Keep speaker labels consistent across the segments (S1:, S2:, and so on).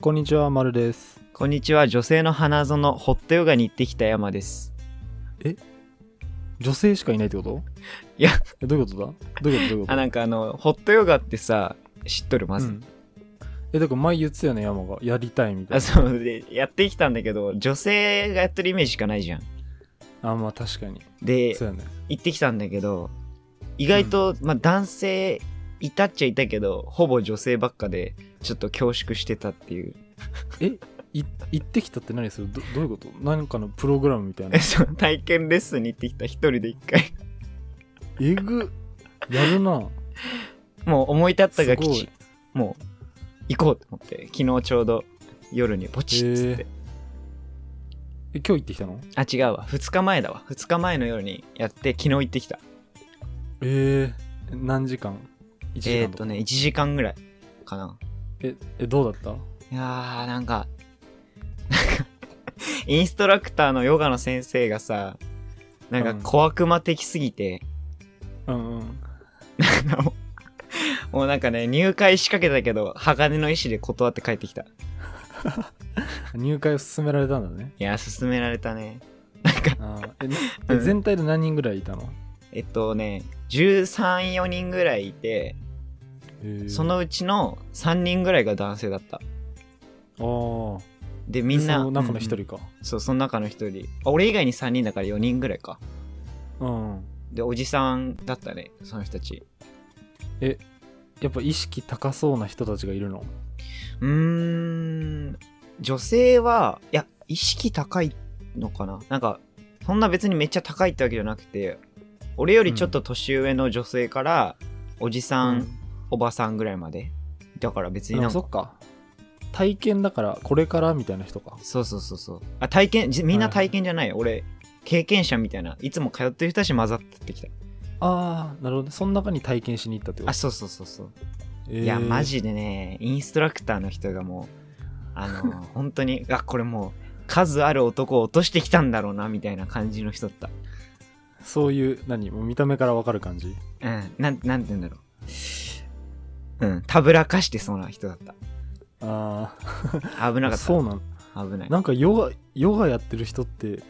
S1: こんにちは、まるです。
S2: こんにちは、女性の花園、ホットヨガに行ってきた山です。
S1: 女性しかいないってこと
S2: いや
S1: え、どういうことだどういうことどういうこと
S2: あ、なんかあの、ホットヨガってさ、知っとる、まず。
S1: うんえ、だから前言ってたよね、山が。やりたいみたい
S2: あ、そう、で、やってきたんだけど、女性がやってるイメージしかないじゃん。
S1: な。あ、まあ確かに。
S2: で
S1: そ、うやね。
S2: 行ってきたんだけど、意外と、まあ男性、いたっちゃいたけど、ほぼ女性ばっかで、ちょっと恐縮してたっていう。
S1: い行ってきたって何するどどういうこと何かのプログラムみたいな
S2: え。 そう体験レッスンに行ってきた、一人で一回。
S1: えぐ。やるな。
S2: もう思い立った
S1: す
S2: が
S1: ごい
S2: 吉。。もう、行こうと思って、昨日ちょうど夜にポチッつって。
S1: へええ、今日行ってきたの
S2: あ、違うわ。2日前だわ。2日前の夜にやって、昨日行ってきた。
S1: ええ何時間 ?1 時
S2: えー
S1: 間
S2: っ
S1: と
S2: と
S1: か、
S2: ね、1時間ぐらいかな。
S1: え、え、どうだった
S2: いやー、なんか、なんかインストラクターのヨガの先生がさ、なんか
S1: うん
S2: 小悪魔的すぎて、
S1: うんうん。
S2: なんかもうもうなんかね、入会仕掛けたけど、鋼の意志で断って帰ってきた。い
S1: 入会を勧められたんだ ね。
S2: やー、勧められたね。なんか、
S1: あーえなえ
S2: うん
S1: 全体で何人ぐらいいたの、
S2: えっとね、13、4人ぐらいいて、
S1: えー
S2: そのうちの3人ぐらいが男性だった。
S1: ああ
S2: で、みん
S1: そ
S2: な。
S1: の中の一
S2: うん
S1: 人か
S2: そう、その中の一人。あ俺以外に3人だから4人ぐらいか。
S1: うん、
S2: で、おじさんだったね、その人たち。
S1: やっぱ意識高そうな人たちがいるの
S2: うーん、女性は、いや、意識高いのかななんか、そんな別にめっちゃ高いってわけじゃなくて、俺よりちょっと年上の女性から、おじさん、おばさんぐらいまで。だから別に
S1: あ
S2: なん
S1: そ
S2: か、
S1: っか体験だからこれからみたいな人か
S2: そうそうそうそう。あ、体験、じみんな体験じゃないよ。俺、経験者みたいな、いつも通ってる人たち混ざってきた。
S1: ああなるほどその中に体験しに行ったってこ
S2: あ、
S1: と
S2: そうそうそうそう。
S1: えー
S2: いや、マジでね、インストラクターの人がもう、あの ー、本当に、あ、これもう、数ある男を落としてきたんだろうな、みたいな感じの人だっ
S1: そういう何もう見た目からわかる感じ
S2: た。うん、なん、なんて言うんだろう。うん、たぶらかしてそうな人だった。
S1: あ
S2: 危なか
S1: あ
S2: っ
S1: そうな
S2: た。
S1: ん
S2: 危ない。
S1: なんかヨガヨガやってる人って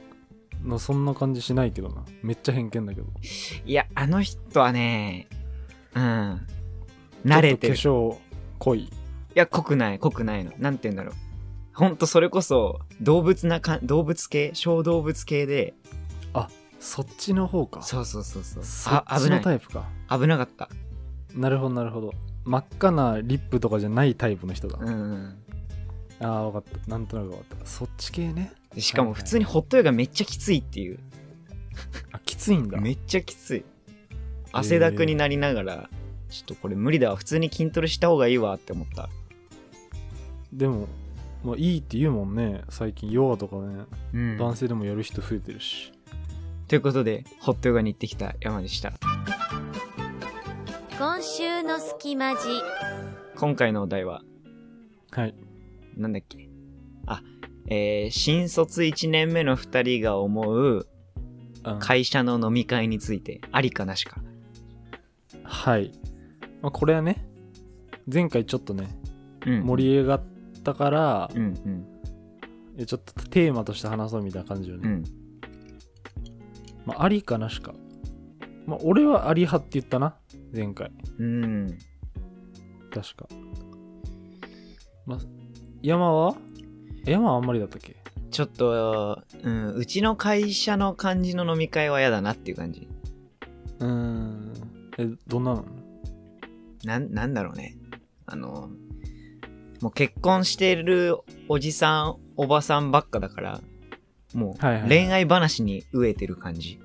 S1: のそんな感じしないけどなめっちゃ偏見だけど
S2: いや、あの人はね、うん、慣れてる。い
S1: ちょっと化粧濃い
S2: や、濃くない、濃くないの。なんて言うんだろう。ほんと、それこそ、動物なか、動物系、小動物系で、
S1: そっちの方か
S2: そうそうそうそう。
S1: そっ
S2: あ、
S1: ち
S2: 危な
S1: の
S2: い。
S1: タイプか
S2: 危なかった。
S1: なるほどなるほど真っ赤なリップとかじゃないタイプの人だ、
S2: うんうん。
S1: ああ分かったなんとなく分かったそっち系ね
S2: でしかも
S1: はいはい
S2: 普通にホットヨガめっちゃきついっていう。
S1: あきついんだ
S2: めっちゃきつい。汗だくになりながら、ちょっとこれ無理だわ。普通に筋トレした方がいいわって思った。
S1: でも、まあ、いいって言うもんね最近ヨガとかね、
S2: うん。
S1: 男性でもやる人増えてるし
S2: ということで、ホットヨガに行ってきた山でした。
S3: 今週の隙間時
S2: 今回のお題は、
S1: はい
S2: なんだっけあ、えー、新卒1年目の2人が思う
S1: うん
S2: 会社の飲み会について、ありかなしか。
S1: はい、まあ、これはね前回ちょっとね
S2: うん。
S1: 盛り上がったから、
S2: うんうん
S1: えちょっとテーマとして話そうみたいな感じよ
S2: う
S1: ね、
S2: ん。
S1: まあ、ありかなしかまあ俺はあり派って言ったな前回
S2: うん。
S1: 確かまあ山は山はあんまりだったっけ
S2: ちょっと、うん、うちの会社の感じの飲み会は嫌だなっていう感じ。
S1: うーんえどんなの
S2: なん、なんだろうね。あの、もう結婚してるおじさん、おばさんばっかだから、も
S1: はいはいうはい
S2: 恋愛話に飢えてる感じ。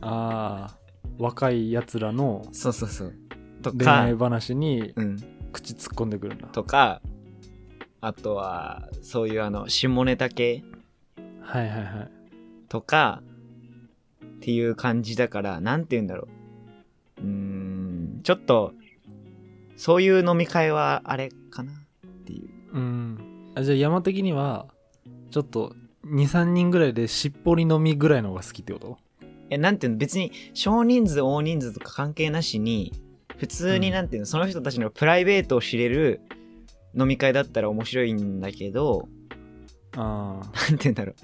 S1: ああ若いやつらの
S2: そうそうそう。と
S1: 恋愛
S2: か、
S1: 話に
S2: うん。
S1: 口突っ込んでくるんだ、
S2: とか、あとは、そういうあの、下ネタ系
S1: はいはいはい
S2: とか、っていう感じだから、なんて言うんだろう。うーん、ちょっと、そういう飲み会はあれかなっていう。
S1: うんあじゃあ山的にはちょっと23人ぐらいでしっぽり飲みぐらいの方が好きってこと
S2: え、なんていうの、別に少人数、大人数とか関係なしに、普通
S1: う
S2: に
S1: ん
S2: なんていうの、その人たちのプライベートを知れる飲み会だったら面白いんだけど、
S1: ああ
S2: なんて言うんだろう。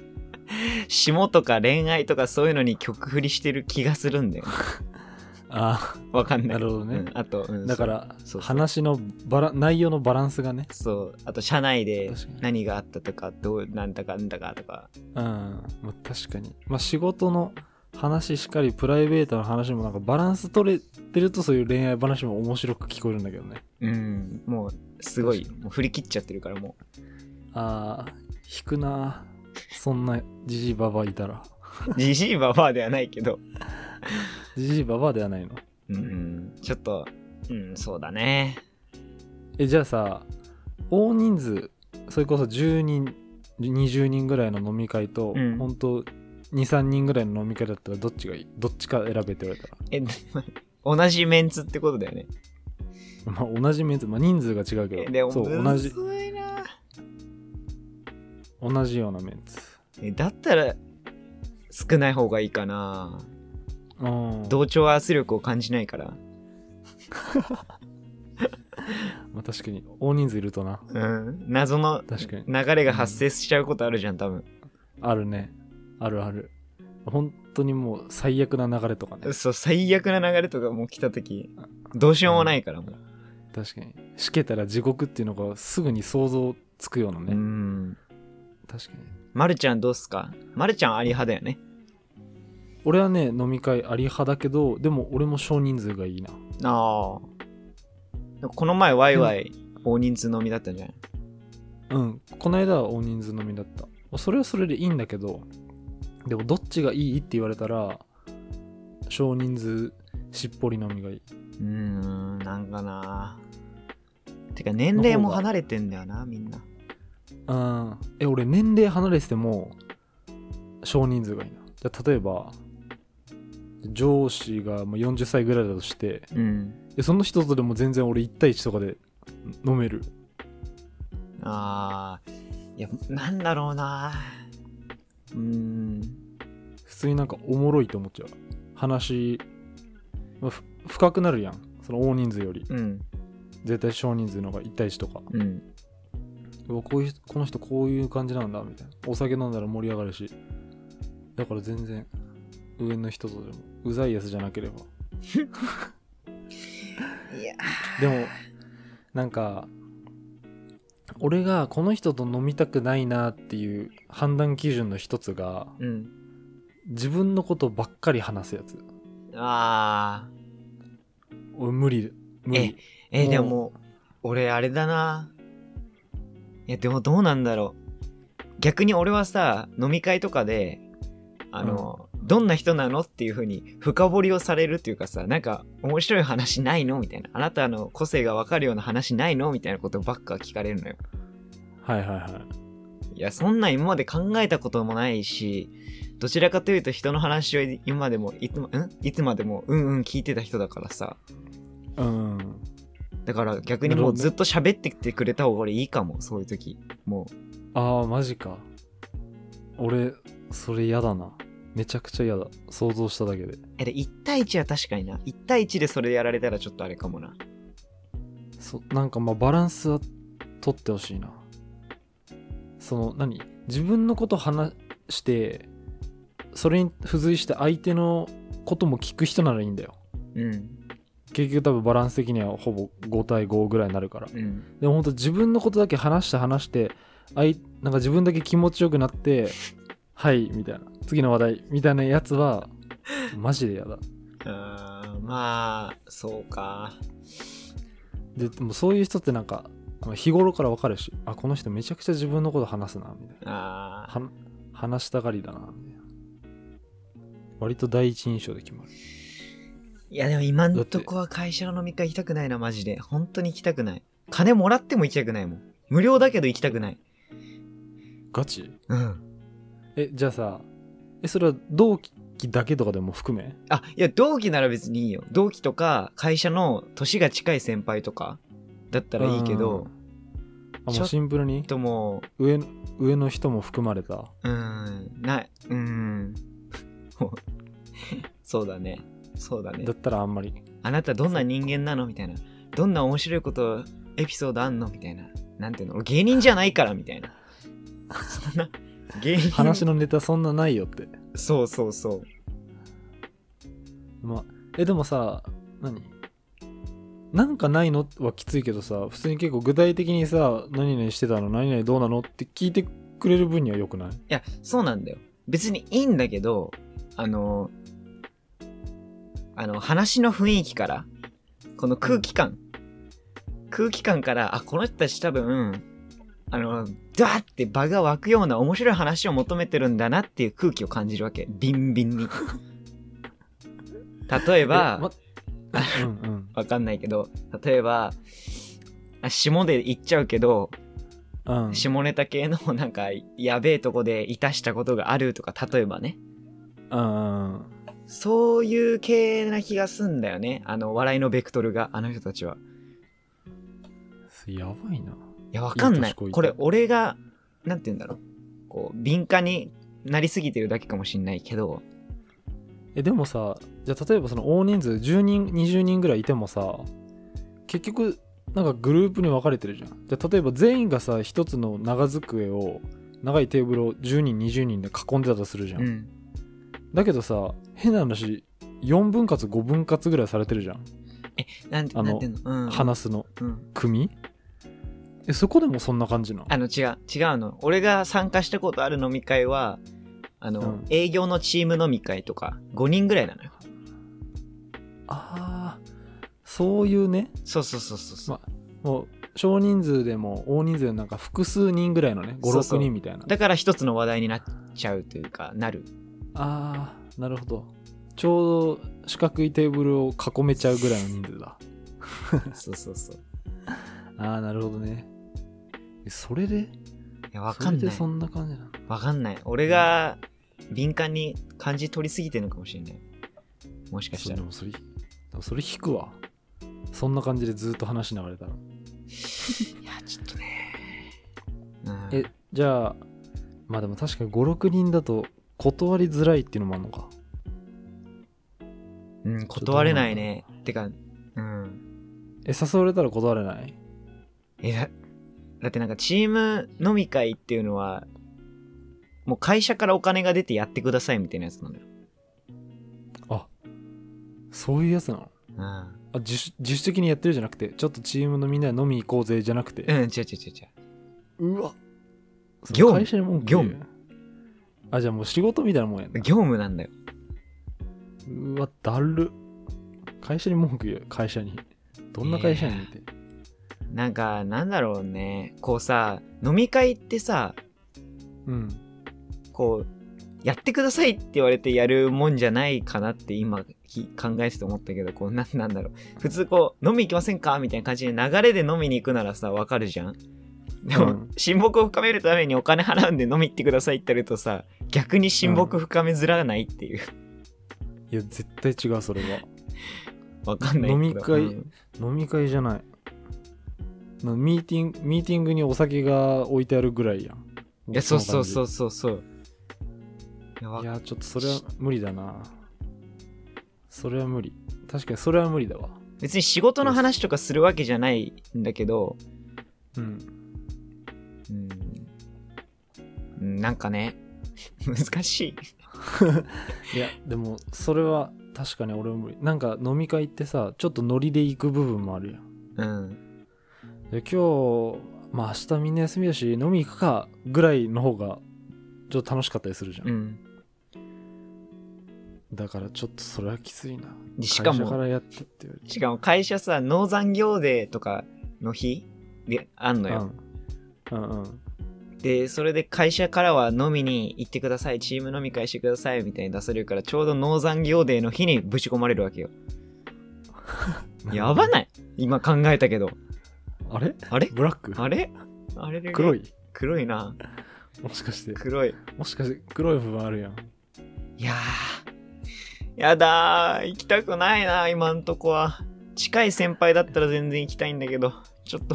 S2: 霜とか恋愛とかそういうのに曲振りしてる気がするんだよ。
S1: あ
S2: わかんない。
S1: なるほどね
S2: うんあと、うん
S1: あだから
S2: そうそう
S1: 話のバラ内容のバランスがね
S2: そう。あと、社内で
S1: 確かに
S2: 何があったとか、どう、なんだかんだかとか。
S1: うん、まあ、確かにまあ仕事の話しかりプライベートの話もなんかバランス取れてるとそういう恋愛話も面白く聞こえるんだけどね
S2: うん。もう、すごい。もう振り切っちゃってるから、も
S1: ああ引くなそんなジジイババアいたら
S2: う。 じじいばばあではないけど。
S1: ジジイババアではないの
S2: うんうん。ちょっと、うん、そうだね。
S1: えじゃあさ大人数それこそ10人20人ぐらいの飲み会と、
S2: うん
S1: 本当23人ぐらいの飲み会だったらどっちがいいどっちか選べって言われたら
S2: え、 同じメンツってことだよね。
S1: まあ、同じメンツ、まあ、人数が違うけ
S2: で
S1: ど、
S2: も、
S1: そう、
S2: む
S1: 同じ、
S2: ずいな。
S1: 同じようなメンツ。
S2: えだったら、少ない方がいいかな。
S1: うん。
S2: 同調圧力を感じないから。
S1: まあ、確かに、大人数いるとな。
S2: うん。謎の
S1: 確かに。
S2: 流れが発生しちゃうことあるじゃん、多分。
S1: あるね。あるある。本当にもう、最悪な流れとかね。
S2: そう、最悪な流れとかもう来た時、どうしようもないから、もう。
S1: 確かに。しけたら地獄っていうのがすぐに想像つくようなね。
S2: うん。
S1: 確かに。
S2: まるちゃんどうっすかまるちゃんあり派だよね。
S1: 俺はね、飲み会あり派だけど、でも俺も少人数がいいな。
S2: ああ。この前、ワイワイ、大人数飲みだったんじゃない
S1: うん。この間は大人数飲みだった。まあそれはそれでいいんだけど、でもどっちがいいって言われたら、少人数しっぽり飲みがいい。
S2: うーん、なんかな。てか、年齢も離れてんだよな、みんな。
S1: うん。え、俺年齢離れてても、少人数がいいな。じゃあ例えば、上司がまあ40歳ぐらいだとして、
S2: うん。
S1: えその人とでも全然俺1対1とかで飲める。
S2: ああ。いや、なんだろうな。うーん。
S1: 普通になんかおもろいと思っちゃう。話、まあふ深くなるやん。その大人数より。
S2: うん。
S1: 絶対少人数の方が1対1とか。
S2: うん。
S1: うわこういう人この人こういう感じなんだみたいなお酒飲んだら盛り上がるしだから全然上の人とでもうざいやつじゃなければ
S2: いや。
S1: でもなんか俺がこの人と飲みたくないなっていう判断基準の一つが
S2: うん。
S1: 自分のことばっかり話すやつ
S2: ああ。
S1: 俺無理無理
S2: え、
S1: もう
S2: でも、俺、あれだな。いや、でもどうなんだろう。逆に俺はさ、飲み会とかで、あの、どんな人なのっていう風に深掘りをされるっていうかさ、なんか面白い話ないのみたいな。あなたの個性がわかるような話ないのみたいなことばっか聞かれるのよ。
S1: はいはいはい
S2: や、そんなん今まで考えたこともないし、どちらかというと人の話を今までも、いつも、んいつまでも、うんうん聞いてた人だからさ。
S1: いうん
S2: だから逆にもうずっと喋ってきてくれた方が俺いいかも、そういう時。も
S1: ああマジか俺それ嫌だなめちゃくちゃ嫌だ想像しただけで
S2: う。え、で、1対1は確かにな。1対1でそれやられたらちょっとあれかもな。
S1: そなんかまあバランスは取ってほしいなその何自分のこと話してそれに付随して相手のことも聞く人ならいいんだよ
S2: うん。
S1: 結局多分バランス的にはほぼ5対5ぐらいになるから
S2: うん。
S1: でも本当自分のことだけ話して話してあいなんか自分だけ気持ちよくなってはいみたいな次の話題みたいなやつはマジでやだ
S2: あーまあ、そうか。
S1: ででもそういう人ってなんか日頃から分かるしあこの人めちゃくちゃ自分のこと話すなみたいな
S2: あ
S1: は話したがりだなみたいな割と第一印象で決まる
S2: ーいや、でも今んとこは会社の飲み会行きたくないな、マジで。本当に行きたくない。金もらっても行きたくないもん。無料だけど行きたくない。
S1: ガチ
S2: うん。
S1: えじゃあさえそれは同期だけとかでも含め
S2: あ、いや、同期なら別にいいよ。同期とか、会社の年が近い先輩とか、だったらいいけど、
S1: あ
S2: ち
S1: も
S2: ょ
S1: うシンプルに
S2: とも、
S1: 上の上の人も含まれた
S2: うーん、な、うーん。 そうだね。そうだね
S1: だ。ったらあんまり
S2: あなたどんな人間なのみたいな。どんな面白いこと、エピソードあんのみたいな。なんていうの俺芸人じゃないからみたいなそんな芸人
S1: 話のネタそんなないよって
S2: そうそうそう
S1: まあえでもさ何なんかないのはきついけどさ普通に結構具体的にさ何々してたの何々どうなのって聞いてくれる分には良くない
S2: いや、そうなんだよ。別にいいんだけど、あの、あの、話の雰囲気から、この空気感、空気感から、あ、この人たち多分、あの、ダーって場が湧くような面白い話を求めてるんだなっていう空気を感じるわけ。ビンビン に。例えば、
S1: えまうんうん
S2: わかんないけど、例えば、あ下で言っちゃうけど、
S1: うん
S2: 下ネタ系のなんかやべえとこでいたしたことがあるとか例えばね
S1: うんうん
S2: そういう系な気がすんだよねあの笑いのベクトルがあの人たちは
S1: やばいない
S2: やわかんない
S1: いい年こいて
S2: これ俺がなんて言うんだろうこう敏感になりすぎてるだけかもしんないけど
S1: えでもさじゃあ例えばその大人数10人20人ぐらいいてもさ結局なんかグループに分かれてるじゃんじゃあ例えば全員がさ一つの長机を長いテーブルを10人20人で囲んでたとするじゃん、
S2: うん
S1: だけどさ変な話4分割5分割ぐらいされてるじゃん、
S2: なんて
S1: あ
S2: な
S1: の
S2: んて言うの、うん、
S1: 話すの
S2: うん、
S1: 組えそこでもそんな感じなの
S2: あの違う違うの俺が参加したことある飲み会はあの、
S1: うん
S2: 営業のチーム飲み会とか5人ぐらいなのよ
S1: あーそういうね
S2: そうそうそうそうそう、
S1: まもう少人数でも大人数でもなんか複数人ぐらいのね
S2: そうそう
S1: 56人みたいな
S2: だから一つの話題になっちゃうというかなる
S1: あーなるほどちょうど四角いテーブルを囲めちゃうぐらいの人数だ
S2: そうそうそう。い
S1: あーなるほどねえそれで
S2: や、わか
S1: そ
S2: んな
S1: れで
S2: い
S1: そ。んな感じなの
S2: わかんない。俺が敏感に感じ取りすぎてるのかもしれない。もしかし
S1: そ
S2: た
S1: う
S2: ら
S1: で。もそれでもそれ引くわそんな感じでずっと話流れたら
S2: いや、ちょっとね。うん
S1: えじゃあまあでも確かに56人だと断りづらいっていうのもあるのか
S2: うん、断れないね。てか、うん。
S1: え誘われたら断れない
S2: え、だだってなんかチーム飲み会っていうのは、もう会社からお金が出てやってくださいみたいなやつなんだよ。
S1: そういうやつなの
S2: うん。
S1: あ自主自主的にやってるじゃなくてちょっとチームのみんなで飲み行こうぜじゃなくて
S2: うん、違う違う違う違う。
S1: うわそれ
S2: 業務
S1: 会社に文句言うあじゃあもう仕事みたいなもんやんな
S2: 業務なんだよ。
S1: うわだる会社に文句言う会社にどんな会社にって、
S2: なんか、なんだろうね。こうさ、飲み会ってさ、
S1: うん
S2: こう、やってくださいって言われてやるもんじゃないかなって今き考えてて思ったけど、こう、なんなんだろう。普通こう、飲み行きませんかみたいな感じで流れで飲みに行くならさ、わかるじゃんでも、
S1: うん
S2: 親睦を深めるためにお金払うんで飲み行ってくださいって言われるとさ、逆に親睦深めづらないっていう。
S1: いや絶対違うそれは
S2: わかんないけど。
S1: 飲み会
S2: うん
S1: 飲み会じゃないなミーティングミーティングにお酒が置いてあるぐらいやん
S2: いや、そうそうそううそうそう。いや、わ
S1: いやちょっとそれは無理だなそれは無理確かにそれは無理だわ
S2: 別に仕事の話とかするわけじゃないんだけど、
S1: うん
S2: うんうん、なんかね、 難しい。
S1: いやでもそれは確かに俺は無理なんか飲み会ってさちょっとノリで行く部分もあるやん
S2: うん。
S1: で今日まあ明日みんな休みだし飲み行くかぐらいの方がちょっと楽しかったりするじゃん、
S2: うん。
S1: だからちょっとそれはきついな
S2: でしかも
S1: 会社からやってって言われて
S2: しかも会社さ、農産業デーとかの日で、あんのよ。
S1: うん、うんうん
S2: で、それで会社からは飲みに行ってください、チーム飲み会してください、みたいに出されるから、ちょうど農産業デーの日にぶち込まれるわけよ。やば
S1: い
S2: ない今考えたけど。
S1: あれ
S2: あれ
S1: ブラック
S2: あれあれれれ
S1: 黒い
S2: 黒いな。
S1: もしかして
S2: 黒い。
S1: もしかして黒い部分あるやん
S2: いやー。やだー。行きたくないな、今んとこは。近い先輩だったら全然行きたいんだけど、ちょっと、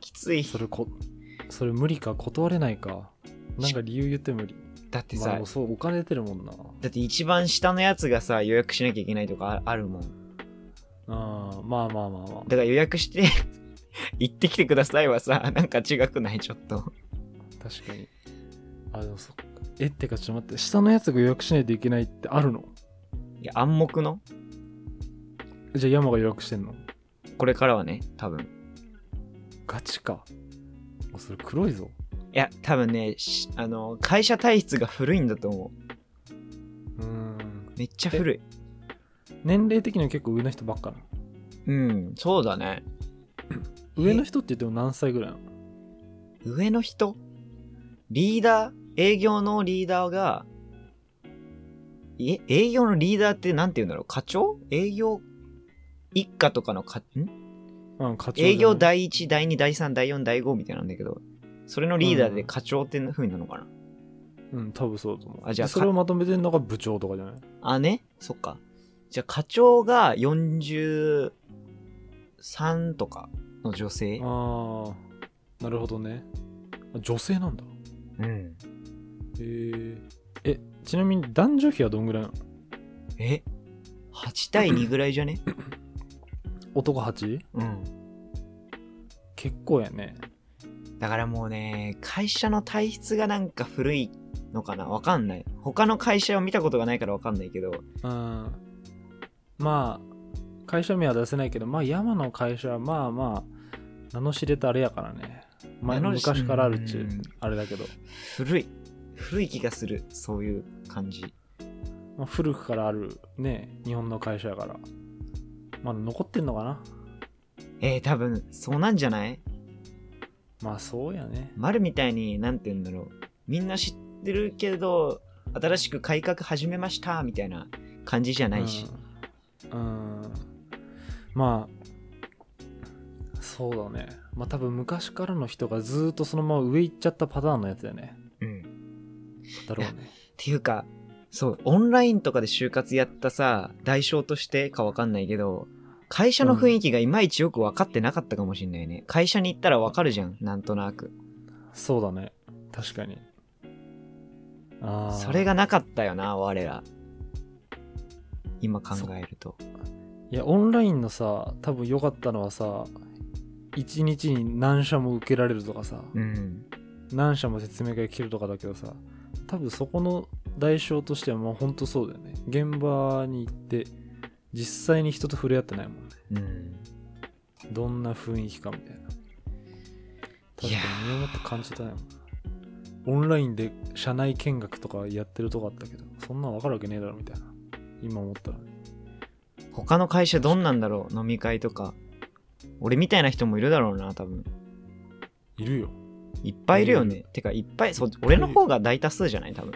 S2: きつい。
S1: それこそれ無理か断れないかなんか理由言って無理
S2: だって
S1: まあ
S2: さ
S1: でも、そうお金出てるもんな
S2: だって一番下のやつがさ、予約しなきゃいけないとかああるもん。
S1: あーまあまあまあまあ
S2: だから予約して 行ってきてくださいはさ、なんか違くないちょっと。
S1: 確かに。あ、でもそっか。え、ってかちょっと待って、下のやつが予約しないといけないってあるの
S2: いや、暗黙の
S1: じゃあ山が予約してんの
S2: これからはね、多分。
S1: ガチか。もうそれ黒いぞ。
S2: いや、多分ね、しあの、会社体質が古いんだと思う。
S1: うーん。
S2: めっちゃ古い。
S1: 年齢的には結構上の人ばっかな。
S2: うん、そうだね。
S1: 上の人って言っても何歳ぐらいなの
S2: 上の人リーダー営業のリーダーが、え、営業のリーダーってなんて言うんだろう課長営業一家とかのか、ん
S1: うん、課長じゃない
S2: 営業第1、第2、第3、第4、第5みたいなんだけど、それのリーダーで課長って風になるのかな、
S1: うん、多分そうだと思う。
S2: あじゃあ
S1: でそれをまとめてるのが部長とかじゃない
S2: あ、ねそっか。じゃあ課長が43とかの女性
S1: ああ、なるほどね。あ女性なんだ。
S2: うん。
S1: へーえ、ちなみに男女比はどんぐらいなの
S2: え ?8 対2ぐらいじゃね
S1: 男 8?
S2: うん。
S1: 結構やね。
S2: だからもうね、会社の体質がなんか古いのかなわかんない。他の会社を見たことがないからわかんないけど、
S1: うん。まあ、会社名は出せないけど、まあ山の会社はまあまあ、名の知れたあれやからね。まあ
S2: 名の知
S1: 昔からあるっちゅ
S2: う、
S1: うんあれだけど、
S2: 古い。古い気がする。そういう感じ。
S1: まあ、古くからあるね、日本の会社やから。まだ残ってんのかな
S2: えー、多分、そうなんじゃない
S1: まあそうやね。
S2: 丸みたいに、なんて言うんだろう。みんな知ってるけど、新しく改革始めました、みたいな感じじゃないし。
S1: うん、うんまあそうだねまあ多分昔からの人がずーっとそのまま上行っちゃったパターンのやつだよね
S2: うん。
S1: だろう ね
S2: っていうか、そう、オンラインとかで就活やったさ、代償としてかわかんないけど、会社の雰囲気がいまいちよく分かってなかったかもしんないね。会社に行ったらわかるじゃん、なんとなく。
S1: そうだね確かにああ
S2: それがなかったよな、我ら。今考えると。
S1: いやオンラインのさ多分良かったのはさ一日に何社も受けられるとかさ、
S2: うん。
S1: 何社も説明会来るとかだけどさ多分そこの代償としてはもうほんとそうだよね現場に行って実際に人と触れ合ってないもんね
S2: うん。
S1: どんな雰囲気かみたいな。確
S2: いや
S1: かに身をもって感じたよ。オンラインで社内見学とかやってるとこあったけど、そんなん分かるわけねえだろみたいな。今思ったらね。
S2: 他の会社どんなんだろう飲み会とか。俺みたいな人もいるだろうな、多分。
S1: いるよ。
S2: いっぱいいるよね。てか、いっぱい、そう、俺の方が大多数じゃない多分。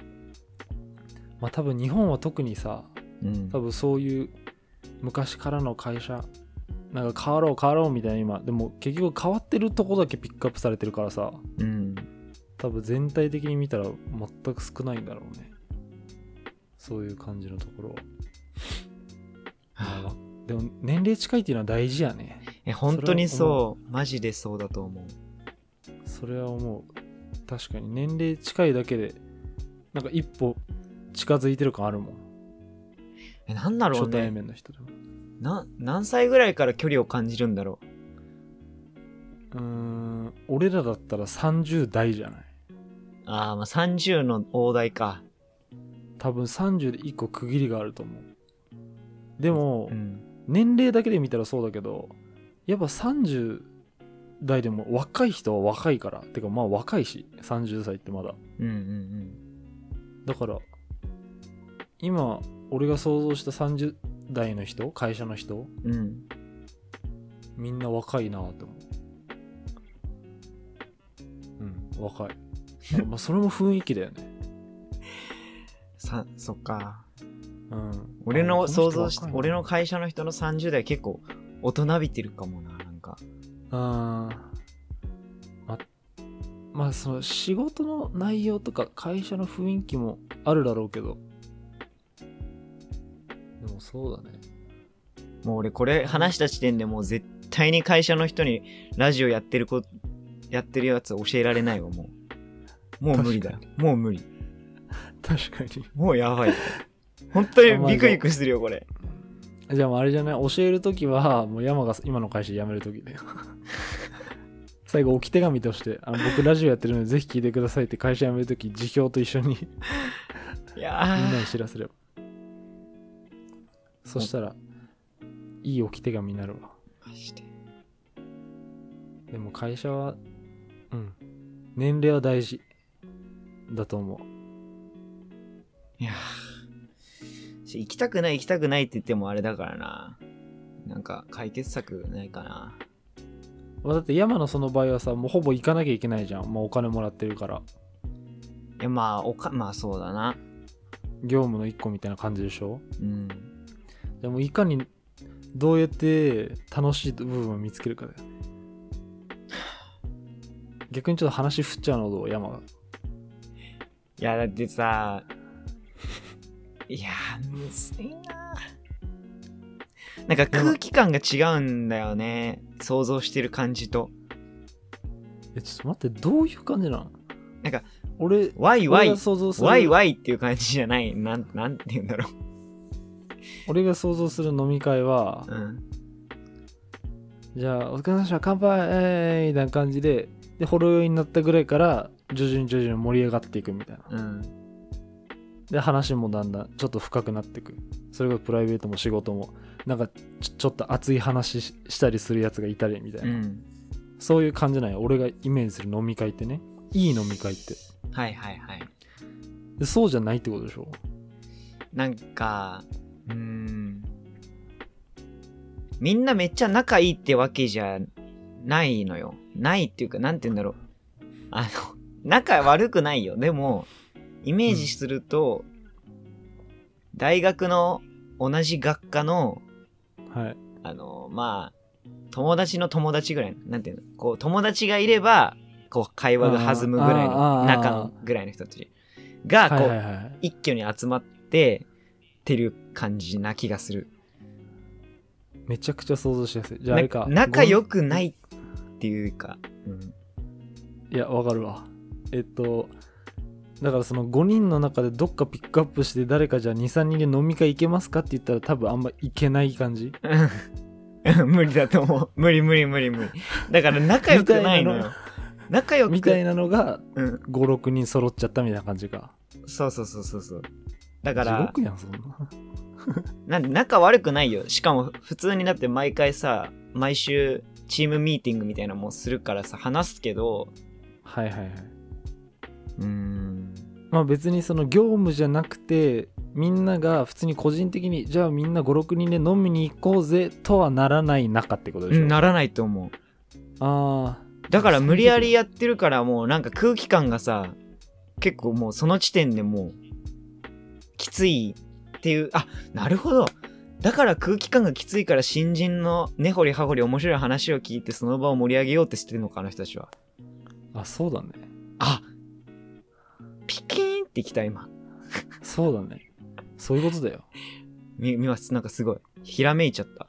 S1: まあ多分日本は特にさ、
S2: うん
S1: 多。分そういう昔からの会社、なんか変わろう変わろうみたいな今、でも結局変わってるとこだけピックアップされてるからさ、
S2: うん。
S1: 多分全体的に見たら全く少ないんだろうねそういう感じのところはまあわでも年齢近いっていうのは大事やね
S2: え、本当にそう。マジでそうだと思う。
S1: それは思う確かに年齢近いだけでなんか一歩近づいてる感あるもん
S2: え、なんだろう
S1: 初対
S2: ね。
S1: 面の人でも
S2: な、何歳ぐらいから距離を感じるんだろ。
S1: うーん俺らだったら30代じゃないう
S2: ああ、まあ、30の大台か。
S1: 多分30で1個区切りがあると思うでも、
S2: うん。
S1: 年齢だけで見たらそうだけどやっぱ30代でも若い人は若いからてかまあ若いし30歳ってまだ
S2: うんうん
S1: だから今俺が想像した30代の人会社の人
S2: うん。うん。
S1: みんな若いなって思ううん若い なんかまあそれも雰囲気だよね
S2: さ、そっか。
S1: うん
S2: 俺
S1: あ
S2: の
S1: こ人
S2: 想像し
S1: 若いな
S2: 俺の会社の人の30代結構大人びてるかもな、なんか。
S1: あーままあその仕事の内容とか会社の雰囲気もあるだろうけどでもそうだね
S2: もう俺これ話した時点でもう絶対に会社の人にラジオやってる子、やってるやつ教えられないわ、もう。もう無理だよ。もう無理。
S1: 確かに
S2: もうやばい。本当にビクビクするよ、これ。
S1: じゃあもうあれじゃない教える時はもう山が今の会社辞める時だよ最後置き手紙としてあの僕ラジオやってるのでぜひ聞いてくださいって会社辞めるとき辞表と一緒に
S2: い
S1: みんな
S2: や
S1: に知らせればそしたらいい置き手紙になるわ
S2: ーマジで
S1: でも会社はうん年齢は大事だと思う
S2: いやー行きたくない行きたくないって言ってもあれだからななんか解決策ないかな
S1: まあだって山のその場合はさもうほぼ行かなきゃいけないじゃん、まあ、お金もらってるから
S2: いやまあおかまあそうだな
S1: 業務の一個みたいな感じでしょ
S2: うん
S1: でもいかにどうやって楽しい部分を見つけるかだよね逆にちょっと話振っちゃうのどう山が
S2: いやだってさいやーむずいななんか空気感が違うんだよね想像してる感じと
S1: えちょっと待ってどういう感じなの
S2: なんか
S1: 俺
S2: ワイワ
S1: 俺
S2: イ
S1: が想像する
S2: ワイワイっていう感じじゃないなんなんて言うんだろ
S1: 俺が想像する飲み会は
S2: う、うん、
S1: じゃあお疲れ様でした乾杯えーみたいな感じででほろ酔いになったぐらいから徐々に徐々に盛り上がっていくみたいな
S2: うん、
S1: で話もだんだんちょっと深くなってくそれがプライベートも仕事もなんかちょちょっと熱い話ししたりするやつがいたりみたいうな、
S2: ん、
S1: そういう感じなんや俺がイメージする飲み会ってねいい飲み会って
S2: はいはいはい
S1: でそうじゃないってことでしょ
S2: なんかうーんみんなめっちゃ仲いいってわけじゃないのよないっていうかなんて言うんだろうあの仲悪くないよでもイメージすると、大学の同じ学科の
S1: はい
S2: あの、まあ、友達の友達ぐらいの、なんていうの、こう、友達がいれば、こう、会話が弾むぐらい
S1: あーあーあ
S2: の、
S1: ー
S2: 仲のぐらいの人たちが、こう、
S1: はいはいはい
S2: 一挙に集まって、ってる感じな気がする。
S1: めちゃくちゃ想像しやすいじゃああれ
S2: な
S1: か
S2: 仲良
S1: く
S2: くないっていうか、うん。
S1: いやわかるわえっとだからその5人の中でどっかピックアップして誰かじゃあ23人で飲み会行けますかって言ったら多分あんま行けない感じ
S2: うん無理だと思う。無理無理無理無理。だから仲良くないの
S1: みたいな
S2: よ
S1: の。
S2: 仲良く
S1: みたいなのが
S2: うん。
S1: 56人揃っちゃったみたいな感じか
S2: そうそうそうそうそう。だか
S1: 地
S2: ら、
S1: 獄やんそんな
S2: なんで仲悪くないよしかも普通にだって毎回さ毎週チームミーティングみたいなのもするからさ話すけど
S1: はいはいはい。
S2: うーん
S1: まあ別にその業務じゃなくて、みんなが普通に個人的に、じゃあみんな5、6人で飲みに行こうぜとはならない中ってことでしょ。
S2: ならないと思う
S1: あ
S2: だから無理やりやってるからもうなんか空気感がさ結構もうその時点でもうきついっていうあなるほどだから空気感がきついから新人の根掘り葉掘り面白い話を聞いてその場を盛り上げようってしてるのかあの人たちは
S1: あ、あ、そうだね。
S2: あピキーンってきた今
S1: そうだね。そういうことだよ。
S2: み、見ます。なんかすごい。ひらめいちゃった。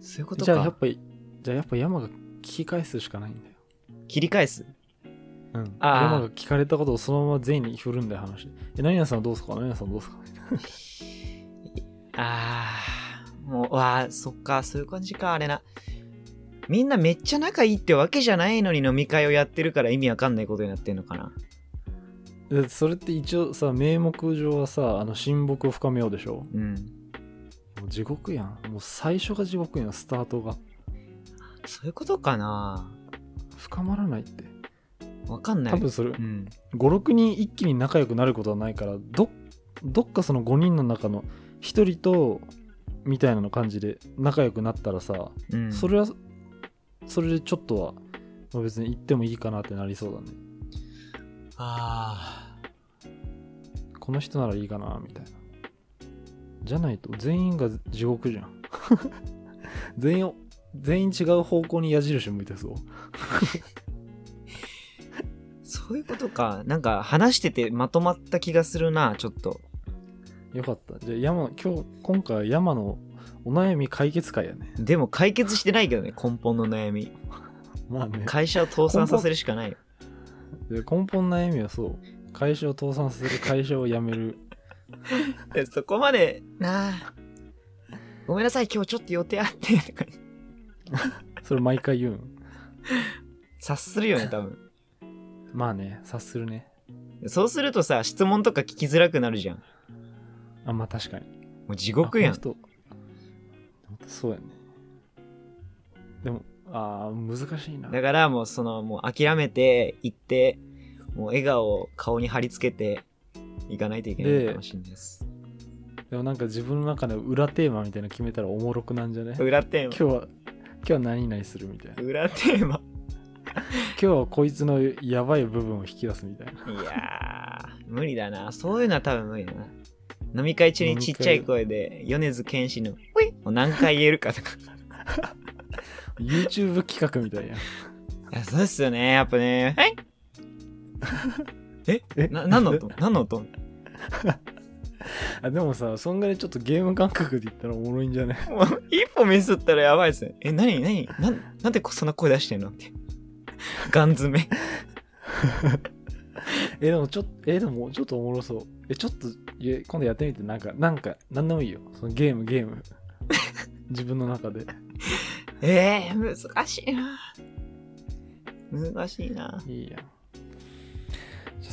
S2: そういうこと
S1: じゃあや
S2: か
S1: っ。ぱり、じゃあやっぱ山が聞き返すしかないんだよ。
S2: 切り返す。
S1: うん。
S2: あー
S1: 山が聞かれたことをそのまま全員に振るんだよ、話。え、何々さんはどうすか何々さんはどうすか
S2: あー、もう、わあ、そっか、そういう感じか、あれな。みんなめっちゃ仲いいってわけじゃないのに飲み会をやってるから意味わかんないことになってんのかな。
S1: だってそれって一応さ、名目上はさ、あの、親睦を深めようでしょ。
S2: うん。
S1: もう地獄やん。もう最初が地獄やん、スタートが。
S2: そういうことかな。
S1: 深まらないって
S2: わかんない。
S1: 多分それ
S2: うん。
S1: 56人一気に仲良くなることはないからどどっかその5人の中の1人とみたいなの感じで仲良くなったらさ、
S2: うん。
S1: それはそれでちょっとは、まあ別に行ってもいいかなってなりそうだね
S2: あ
S1: この人ならいいかなみたいなじゃないと全員が地獄じゃん 全員を全員違う方向に矢印向いてそう
S2: ーそういうことか。なんか話しててまとまった気がするな、ちょっと。
S1: よかったじゃあ山今日今回は山のお悩み解決会やね
S2: でも解決してないけどね、根本の悩み。
S1: まあね
S2: 会社を倒産させるしかないよ。
S1: で根本の悩みはそう会社を倒産する会社を辞める
S2: えそこまでなあごめんなさい今日ちょっと予定あってとか
S1: それ毎回言うん
S2: 察するよね、多分。
S1: まあね察するね
S2: そうするとさ、質問とか聞きづらくなるじゃん。
S1: あまあ確かに
S2: もう地獄や
S1: あ
S2: ん。
S1: この人そうやねでもあー難しいな
S2: だからもうその、もう諦めて、行って、もう笑顔を顔に貼り付けて、行かないといけないのかもしれないです。
S1: でもなんか自分の中の裏テーマみたいなの決めたらおもろくなんじゃね
S2: 裏テ
S1: 今
S2: ー
S1: 日は今日は何々するみたいな
S2: マ。裏テー
S1: 今
S2: マ。
S1: 日はこいつのやばい部分を引き出すみたいない
S2: やー、無理だな。そういうのは多分無理だな。飲み会中にちっちゃい声で、米津玄師の、ほいを何回言えるかとか。
S1: YouTube 企画みたいない
S2: や、そうですよね。やっぱね。はい
S1: え
S2: な、何の音何の音
S1: あでもさそんぐらいちょっとゲーム感覚で言ったらおもろいんじゃね
S2: もう 一歩ミスったらやばいですね。え、なになになんなんでこそんな声出してんのって。 ガン詰め。
S1: えでもちょっとえでもちょっとおもろそうえちょっといや今度やってみてなんかなんかなんでもいいよそのゲームゲー ム自分の中で
S2: えー、難しいな。難しいな。
S1: いいやん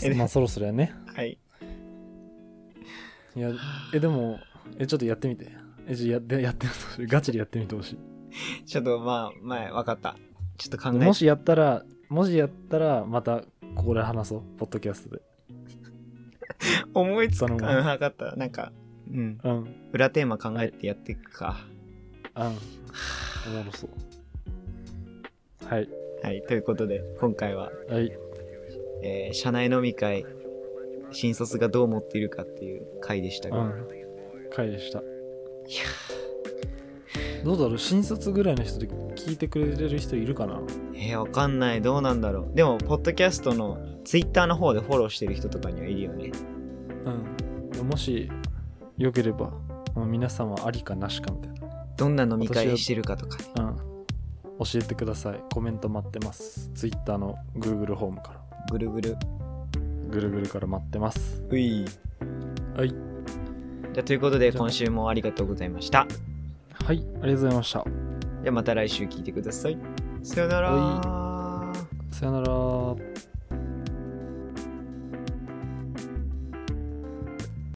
S2: えで
S1: まあそろそろやね
S2: はい。
S1: いやえでもえちょっとやってみてえちょっとやってやってみてほしいガチでやってみてほしい
S2: ちょっとまあ、まあ、わかった。ちょっと考えて
S1: もしやったらもしやったらまたここで話そうポッドキャストで
S2: 思いつ
S1: そ
S2: か
S1: の
S2: なかった。なんか、うん。
S1: うん
S2: 裏テーマ考えてやっていくか。
S1: うんおもろそうはい
S2: はい、ということで、今回は、
S1: はい
S2: えー社内飲み会、新卒がどう思っているかっていう回でした
S1: う
S2: が、
S1: ん回でしたどうだろう新卒ぐらいの人で聞いてくれてる人いるかな
S2: えー、わかんない、どうなんだろう。でも、ポッドキャストのツイッターの方でフォローしてる人とかにはいるよね。
S1: うんもしよければもう皆さんはありかなしかみたい
S2: どんな飲み会してるかとかね、
S1: な、うん、教えてくださいコメント待ってます Twitter の Google ホームから
S2: ぐるぐる。
S1: ぐるぐるから待ってます
S2: うい。
S1: はい
S2: じゃあということで、
S1: じゃあ
S2: 今週もありがとうございました。
S1: はいありがとうございました
S2: じゃあまた来週聞いてください。さよなら
S1: さよなら